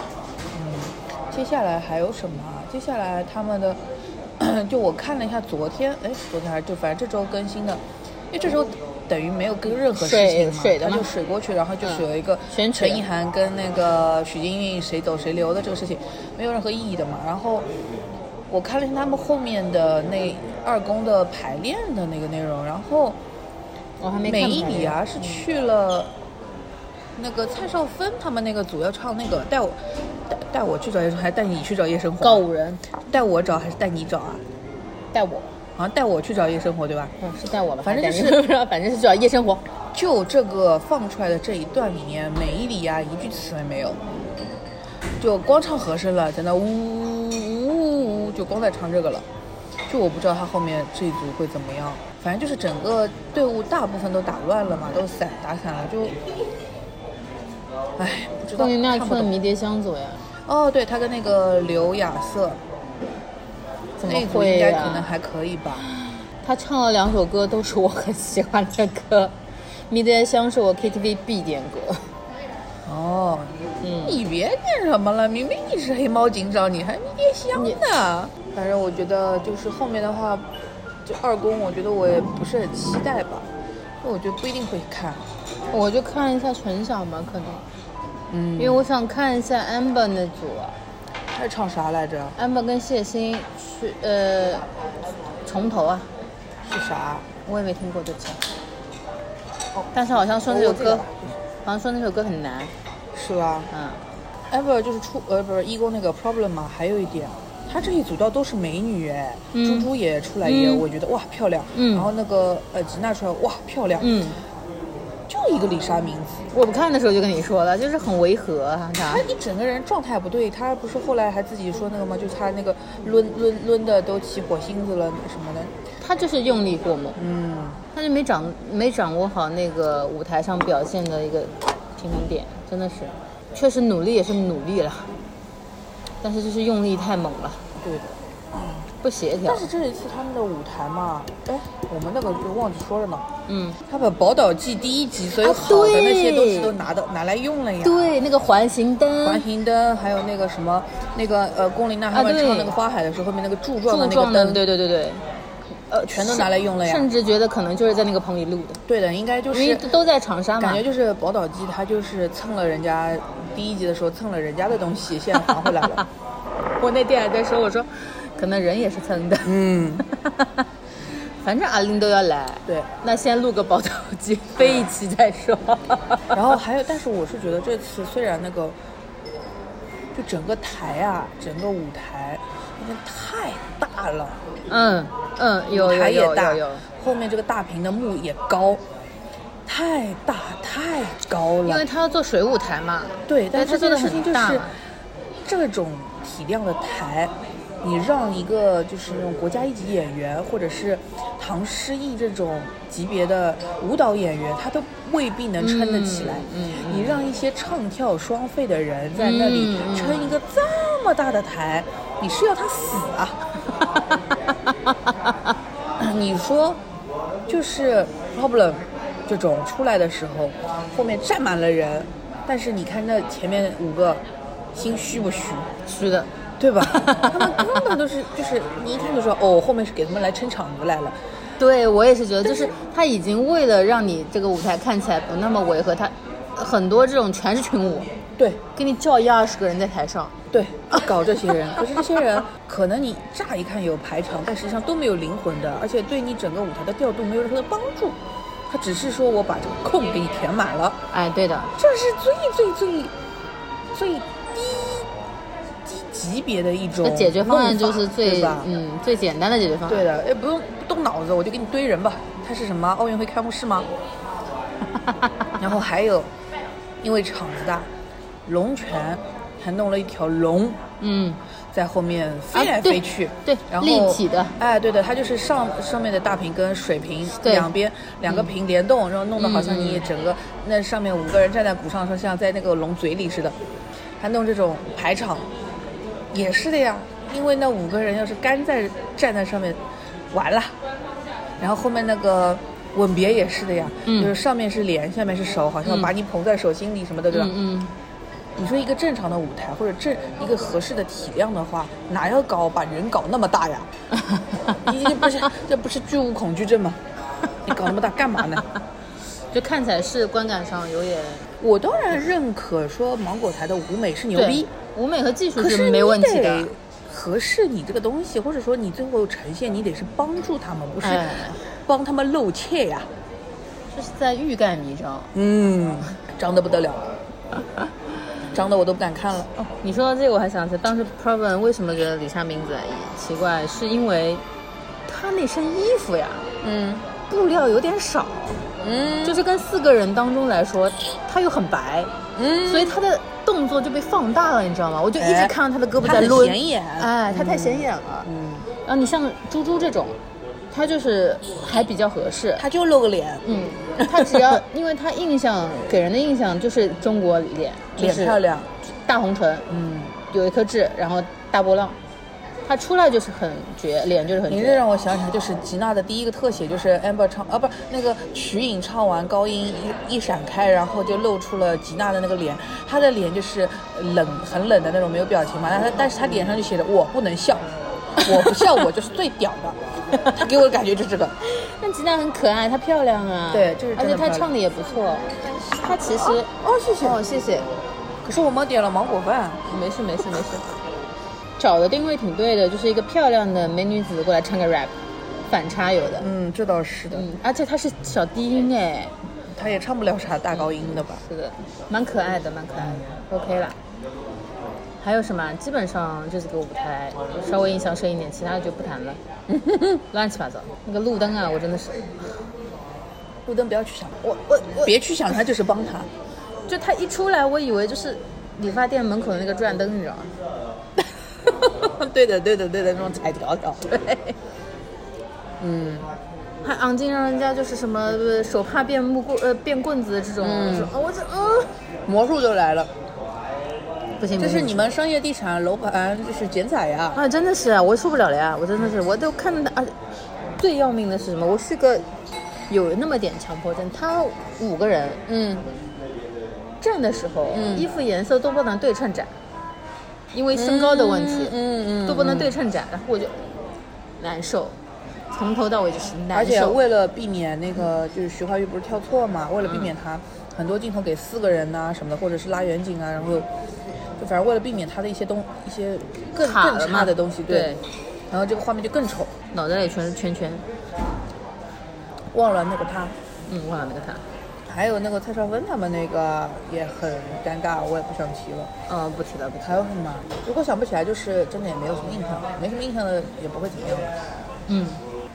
接下来还有什么啊？接下来他们的， 就我看了一下昨天，哎，昨天还是就反正这周更新的，因为这周等于没有跟任何事
水
情嘛，
水的嗯
他
嘛
就水过去，然后就是有一个
选
陈
举
意涵跟那个许金韵谁走谁留的这个事情，没有任何意义的嘛。然后我看了一下他们后面的那二宫的排练的那个内容，然后
我还没看
美
出来。
伊里啊是去了那个蔡少芬他们那个组要唱那个带我带带我去找夜生活，还是带你去找夜生活？啊
告五人
带我找还是带你找啊？
带我，
好像带我去找夜生活对吧？
嗯，是带我吧，
反正就是
不知道， 反正是叫夜生活。
就这个放出来的这一段里面，美伊里啊一句词也没有，就光唱和声了，在那呜呜呜呜，就光在唱这个了。就我不知道他后面这一组会怎么样，反正就是整个队伍大部分都打乱了嘛，都散打散了，就，唉，不知道
宋云娜
看
去
不
了
懂。
迷迭香组呀，
哦，对他跟那个刘亚瑟
怎
那
么
一组
会啊
应该
呀、
可能还可以吧。
他唱了两首歌，都是我很喜欢的歌，《迷迭香》是我 KTV 必点歌。
哦，你别那什么了，明明你是黑猫警长，你还迷迭香呢。反正我觉得就是后面的话，就二宫，我觉得我也不是很期待吧，因为我觉得不一定会看。
我就看一下纯享吧，可能，因
嗯，
为我想看一下 Amber 那组啊
他唱啥来着？
，Amber 跟谢欣去呃重头啊，
是啥？
我也没听过这首，
哦
但是好像说那首
我记得
歌，好像说那首歌很难，
是吧？
嗯，
Ever 就是出呃不是一公那个 Problem 嘛，还有一点，她这一组倒都是美女哎，猪猪也出来也，
嗯
我觉得哇漂亮，
嗯
然后那个呃吉娜出来哇漂亮，
嗯，
就一个丽莎名字，
我不看的时候就跟你说了，就是很违和啊
她
他。
一整个人状态不对，她不是后来还自己说那个吗？就是她那个抡抡抡的都起火星子了什么的，
他就是用力过猛，
嗯，
他就没掌没掌握好那个舞台上表现的一个平衡点，真的是，确实努力也是努力了，但是就是用力太猛了，
对的。
不协调
但。是这一次他们的舞台嘛，哎，我们那个就忘记说了呢。
嗯，
他把《宝岛记》第一集所有
啊
好的那些
对
东西都拿到、拿来用了呀。
对，那个环形
环
灯，
形灯，还有那个什么，那个呃，龚琳娜他们
啊对
唱那个《花海》的时候，后面那个柱状的
柱
那
状
个
的，
灯，
对对对对，
呃，全都拿来用了呀。
甚至觉得可能就是在那个棚里录的，
对的，应该就
因为
是
都在长沙嘛
感觉。就是《宝岛记》，它就是蹭了人家第一集的时候蹭了人家的东西，现在还回来了。
我那天还在说，我说可能人也是蹭的，
嗯，
反正阿玲都要来，
对。
那先录个宝岛机，飞一期再说。
然后还有，但是我是觉得这次虽然那个，就整个台啊，整个舞台有点太大了，
嗯嗯，有
舞
有
台也
有
大
有有，
后面这个大屏的幕也高，太大太高
因为
了。
他要做水舞台嘛，
对，但
他
是
做
这
得
个事情就
很大
是
嘛
这种体量的台。你让一个就是那种国家一级演员，或者是唐诗逸这种级别的舞蹈演员，他都未必能撑得起来。
嗯嗯
你让一些唱跳双飞的人在那里
嗯嗯
撑一个这么大的台，你是要他死啊？ 你说，就是 problem 这种出来的时候，后面站满了人，但是你看那前面五个，心虚不虚？
虚的。
对吧？他们根本都是就是你一看就说哦，后面是给他们来撑场子来了。
对我也是觉得，就是他已经为了让你这个舞台看起来不那么违和，他很多这种全是群舞，
对
给你叫一二十个人在台上，
对，就搞这些人，可是这些人可能你乍一看有排场，但实际上都没有灵魂的，而且对你整个舞台的调度没有任何的帮助。他只是说我把这个空给你填满了，
哎，对的，
这是最最最最低低级别的一
那
种
解决方案
弄法
就是
对
最
吧？
嗯最简单的解决方
对
案。
的，哎，不用不动脑子，我就给你堆人吧。它是什么奥运会开幕 式吗？然后还有，因为场子大，龙泉还弄了一条龙
嗯，
在后面飞来
啊对
飞去，
对
然后
立体的
哎，对的，它就是上上面的大屏跟水屏
对嗯
两边两个屏联动，然后弄得好像你也整个、那上面五个人站在鼓上说像在那个龙嘴里似的，还弄这种排场，也是的呀，因为那五个人要是干在站在上面，完了，然后后面那个。吻别也是的呀，
嗯
就是上面是脸，下面是手，好像
嗯
把你捧在手心里什么的，对吧？啊
嗯
你说一个正常的舞台或者正一个合适的体量的话，哪要搞把人搞那么 大呀？你这不是这不是巨物恐惧症吗？你搞那么大干嘛 呢？
嗯，就看起来是观感上有点
我当然认可说芒果台的舞美是牛
对
逼，
舞美和技术
可是
没问题
你
的
得。合适你这个东西，或者说你最后呈现，你得是帮助他们，不是
哎
帮他们露怯呀、
就是在欲盖弥彰。
嗯，张的 不得了，张的我都不敢看了。
哦，你说到这个，我还想起来当时 Proven 为什么觉得李莎名字奇怪，是因为她那身衣服呀，
嗯
布料有点少，
嗯
就是跟四个人当中来说，她又很白，
嗯，
所以她的动作就被放大了，你知道吗？我就一直
哎
看到她的胳膊
她
在
很
抡，
显眼
哎，她太显眼了。
嗯，
然后你像猪猪这种，她就是还比较合适。
他就露个脸，
嗯，她只 要，因为她印象给人的印象就是中国脸，就
脸
是
漂亮，
大红唇，
嗯。
有一颗痣，然后大波浪，他出来就是很绝，脸就是很
你这
绝。
让我想起来，就是吉娜的第一个特写，就是 Amber 唱啊，不是那个曲颖唱完高音一一闪开，然后就露出了吉娜的那个脸，她的脸就是冷很冷的那种，没有表情嘛。但她但是她脸上就写着我不能笑，我不笑我就是最屌的，她给我的感觉就是这个。
但吉娜很可爱，她漂亮啊，
对就是
而且
真的
她
漂亮
唱的也不错。她其实，
哦，谢谢。
哦，谢谢，
可是我们点了芒果饭，
没事没事没事，找的定位挺对的，就是一个漂亮的美女子过来唱个 rap，反差有的。
嗯，这倒是的，
嗯，而且她是小低音哎，
她也唱不了啥大高音的吧？
是的，蛮可爱的，蛮可爱的，OK 啦。还有什么？基本上这几个舞台稍微印象深一点，其他的就不谈了， 乱七八糟。那个路灯啊，我真的是，
路灯不要去想，我我我别去想他，就是帮他。
就他一出来，我以为就是理发店门口的那个转灯，你知道吗？
对的，对的，对的，那种彩条 条。
对，嗯，还昂劲让人家就是什么呃手帕变木棍呃变棍子这种，
嗯
这种啊我这嗯
魔术就来了，
不行，
这
不
是
行
你们商业地产楼盘，这是剪彩呀、
啊，真的是啊，我受不了了呀！我真的是，我都看到他，而且啊最要命的是什么？我是个有那么点强迫症，他五个人
嗯，
站的时候，
嗯
衣服颜色都不能对称展，因为身高的问题，
嗯嗯，
都不能对称展，然后我就难受，从头到尾就是难受。
而且为了避免那个，就是徐怀钰不是跳错嘛，为了避免他很多镜头给四个人呐、什么的，或者是拉远景啊，然后就反正为了避免他的一些东一些更
卡了
更
嘛
差的东西，对，
对
然后这个画面就更丑。
脑袋里全是圈圈，
忘了那个他，
嗯，忘了那个他，
还有那个蔡少芬他们那个也很尴尬，我也哦不想提了。
嗯，不提了，不提了。
还有什么？如果想不起来，就是真的也没有什么印象，没什么印象的也不会怎么样。
嗯，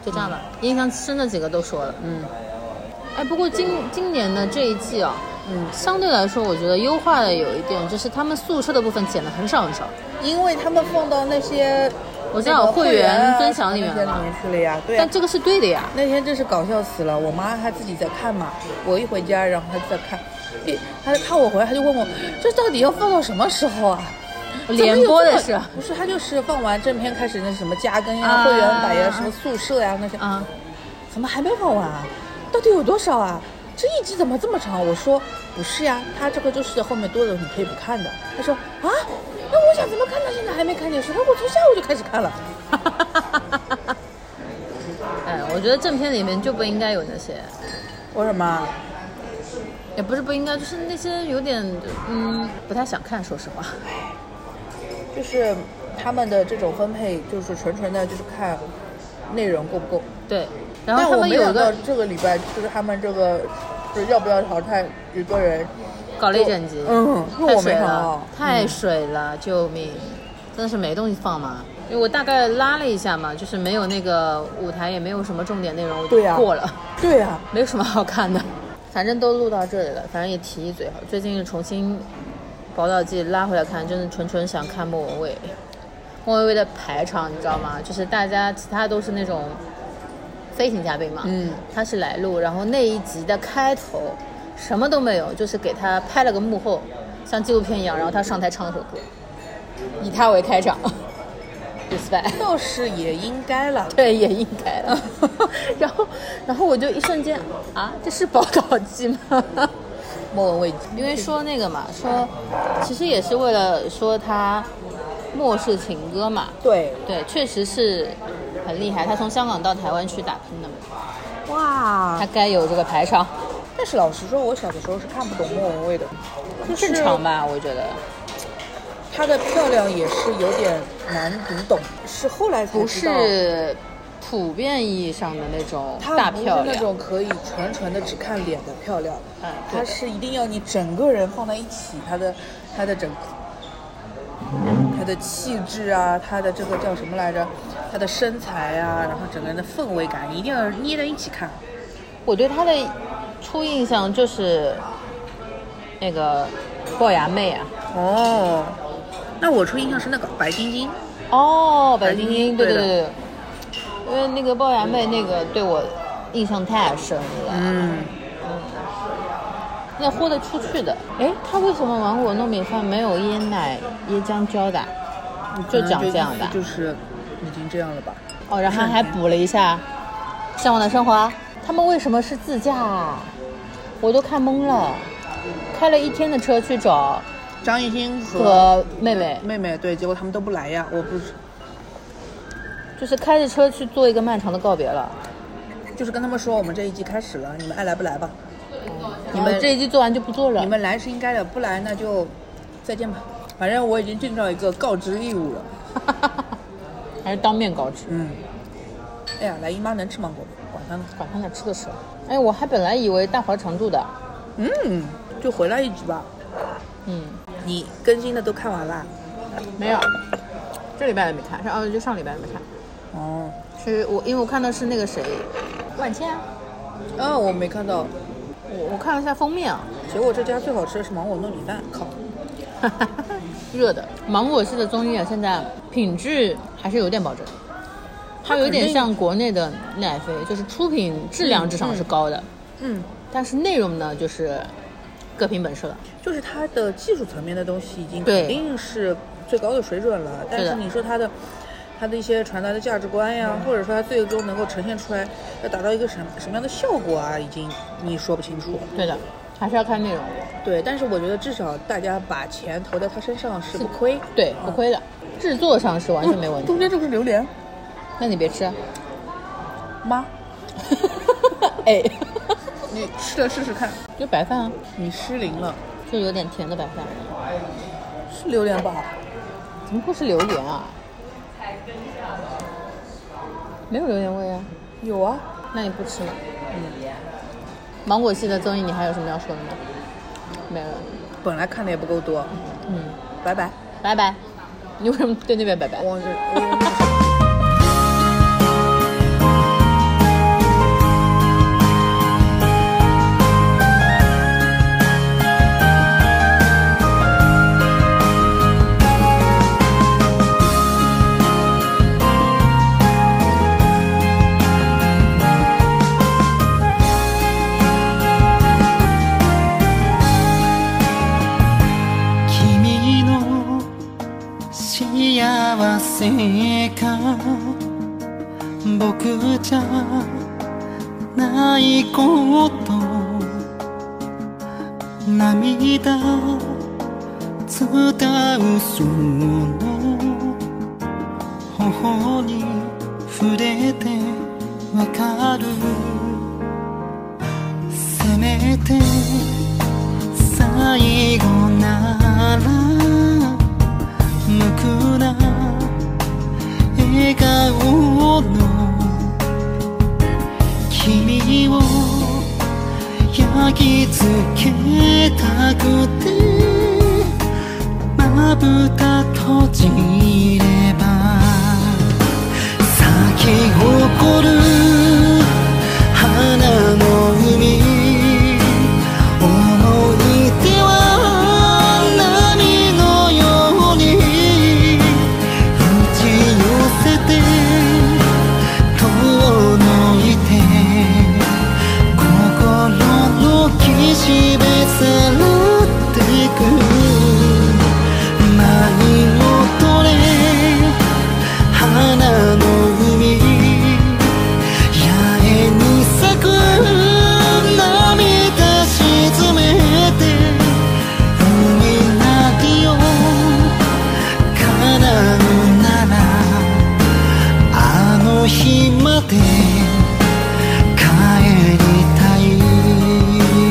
就这样吧。印象深的几个都说了，
嗯。
哎，不过今今年的这一季啊、
嗯，
相对来说，我觉得优化的有一点就是他们宿舍的部分剪的很少很少。
因为他们放到那些
我知
那
道
个
会
会
员
员
分享里面
那些里
了
面去了呀，对呀
但。这个是对啊的呀，
那天真是搞笑死了，我妈她自己在看嘛，我一回家，然后她就在看，一她在看我回来，她就问我，这到底要放到什么时候啊？
联播的是
怎么有这么不是？她就是放完正片开始那什么加更呀、
啊
会员版呀、什么宿舍呀、那些，
啊，
怎么还没放完啊？到底有多少啊？这一集怎么这么长？我说不是呀，它这个就是后面多的，你可以不看的。她说啊，那我想怎么看到现在还没看见？说我从下午就开始看了。
哎，我觉得正片里面就不应该有那些，
我说啊妈，
也不是不应该，就是那些有点嗯不太想看，说实话。
就是他们的这种分配，就是纯纯的，就是看内容够不够。
对，然后他
但我
们
没
有
想
一
到
个
这个礼拜就是他们这个，就是要不要淘汰一个人？
搞了一整集，
嗯，
太
我
水
没嗯想
了
到，，
太水了，救命！真的是没东西放嘛，因为我大概拉了一下嘛，就是没有那个舞台，也没有什么重点内容，我就
对啊呀
过了，
对啊呀、
没有什么好看的。 反正都录到这里了，反正也提一嘴哈。最近重新《宝岛记》拉回来看，真的纯纯想看莫文蔚。莫文蔚的排场你知道吗？就是大家其他都是那种飞行嘉宾嘛，
嗯，
他是来录，然后那一集的开头什么都没有，就是给他拍了个幕后，像纪录片一样，然后他上台唱一首歌，以他为开场 ，respect。
倒是也应该了。
对，也应该 了。然后，然后我就一瞬间啊，这是宝岛鸡吗？
莫文蔚，
因为说那个嘛，说其实也是为了说他末世情歌嘛。
对，
对，确实是很厉害。他从香港到台湾去打拼的嘛，
哇
他该有这个排场，
但是老实说，我小的时候是看不懂莫文蔚的，就是
正常吧？我觉得
她的漂亮也是有点难读懂，是后来才
不
知道
是普遍意义上的那种
她
大
不是
漂
那
亮。
种可以纯纯的只看脸的漂亮，
嗯对
她
的
是一定要你整个人放在一起，她的她的整个。她的气质啊，她的这个叫什么来着？她的身材啊，然后整个人的氛围感，一定要捏在一起看。
我对他的初印象就是那个龅牙妹啊。
哦，那我初印象是那个白晶晶，
哦，
白
白晶
晶
晶，
晶
对
对
对
的
对，对因为那个龅牙妹那个对我印象太深了，
嗯，
那豁得出去的。哎，她为什么芒果糯米饭没有椰奶椰浆浇的？就讲这样的
嗯可能就意思就是已经这样了吧？
哦，然后还补了一下《向往的生活》，他们为什么是自驾啊？我都看懵了，开了一天的车去找
张艺兴和
和妹妹，
妹妹对，结果他们都不来呀，我不是
就是开着车去做一个漫长的告别了。
就是跟他们说我们这一季开始了，你们爱来不来吧？你
然后
们
这一季做完就不做了。
你们来是应该的，不来那就再见吧。反正我已经尽到一个告知义务了。
还是当面告知。
嗯，哎呀，来姨妈能吃芒果吗？管他呢。
管他呢，吃的是。哎，我还本来以为大华常驻的，
嗯，就回来一局吧。
嗯，
你更新的都看完啦？
没有，这礼拜也没看，上哦就上礼拜也没看。
哦，
是我因为我看的是那个谁，万茜啊，
啊，我没看到。
我我看了一下封面啊，
结果这家最好吃的是芒果糯米饭，靠！
热的芒果系的综艺啊，现在品质还是有点保证，它有点像国内的奶飞，就是出品质量至少是高的，
嗯，
但是内容呢就是各凭本事了。
就是它的技术层面的东西已经
对
肯定是最高的水准了，但是你说它的。它的一些传达的价值观呀，或者说它最终能够呈现出来，要达到一个什什么样的效果啊，已经你说不清楚。
对的，还是要看内容，
对，但是我觉得至少大家把钱投在它身上是不亏。嗯
对，不亏的，制作上是完全没问题。
中间这哦个是榴莲
那你别吃啊，
吗？
哎，
你吃了试试看。
就白饭啊，
你失灵了，
就有点甜的白饭，
是榴莲吧？
怎么会是榴莲啊？没有榴莲味啊，
有啊，
那你不吃吗？嗯芒果系的综艺你还有什么要说的吗？没有了，
本来看的也不够多。
嗯，
拜拜。
拜拜。你为什么对那边拜拜？
我我。
君の幸せが僕じゃないこと涙伝うその頬に触れてわかるせめて最後なら無垢な笑顔の君を焼き付けたくてまぶた閉じれば咲き誇る花の海思い出は波のように打ち寄せて遠のいて心の岸辺さらってく舞を取れ花の海「八重に咲く涙沈めて」「海なりを叶うなら」「あの日まで帰りたい」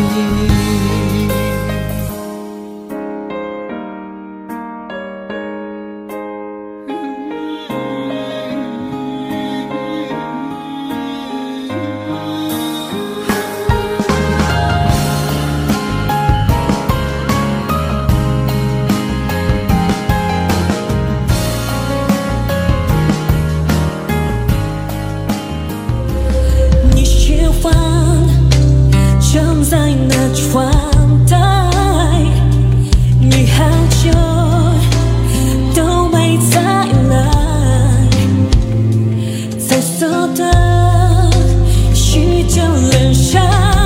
你喜欢站在那窗台，你好久都没再来，彩色的许久人山。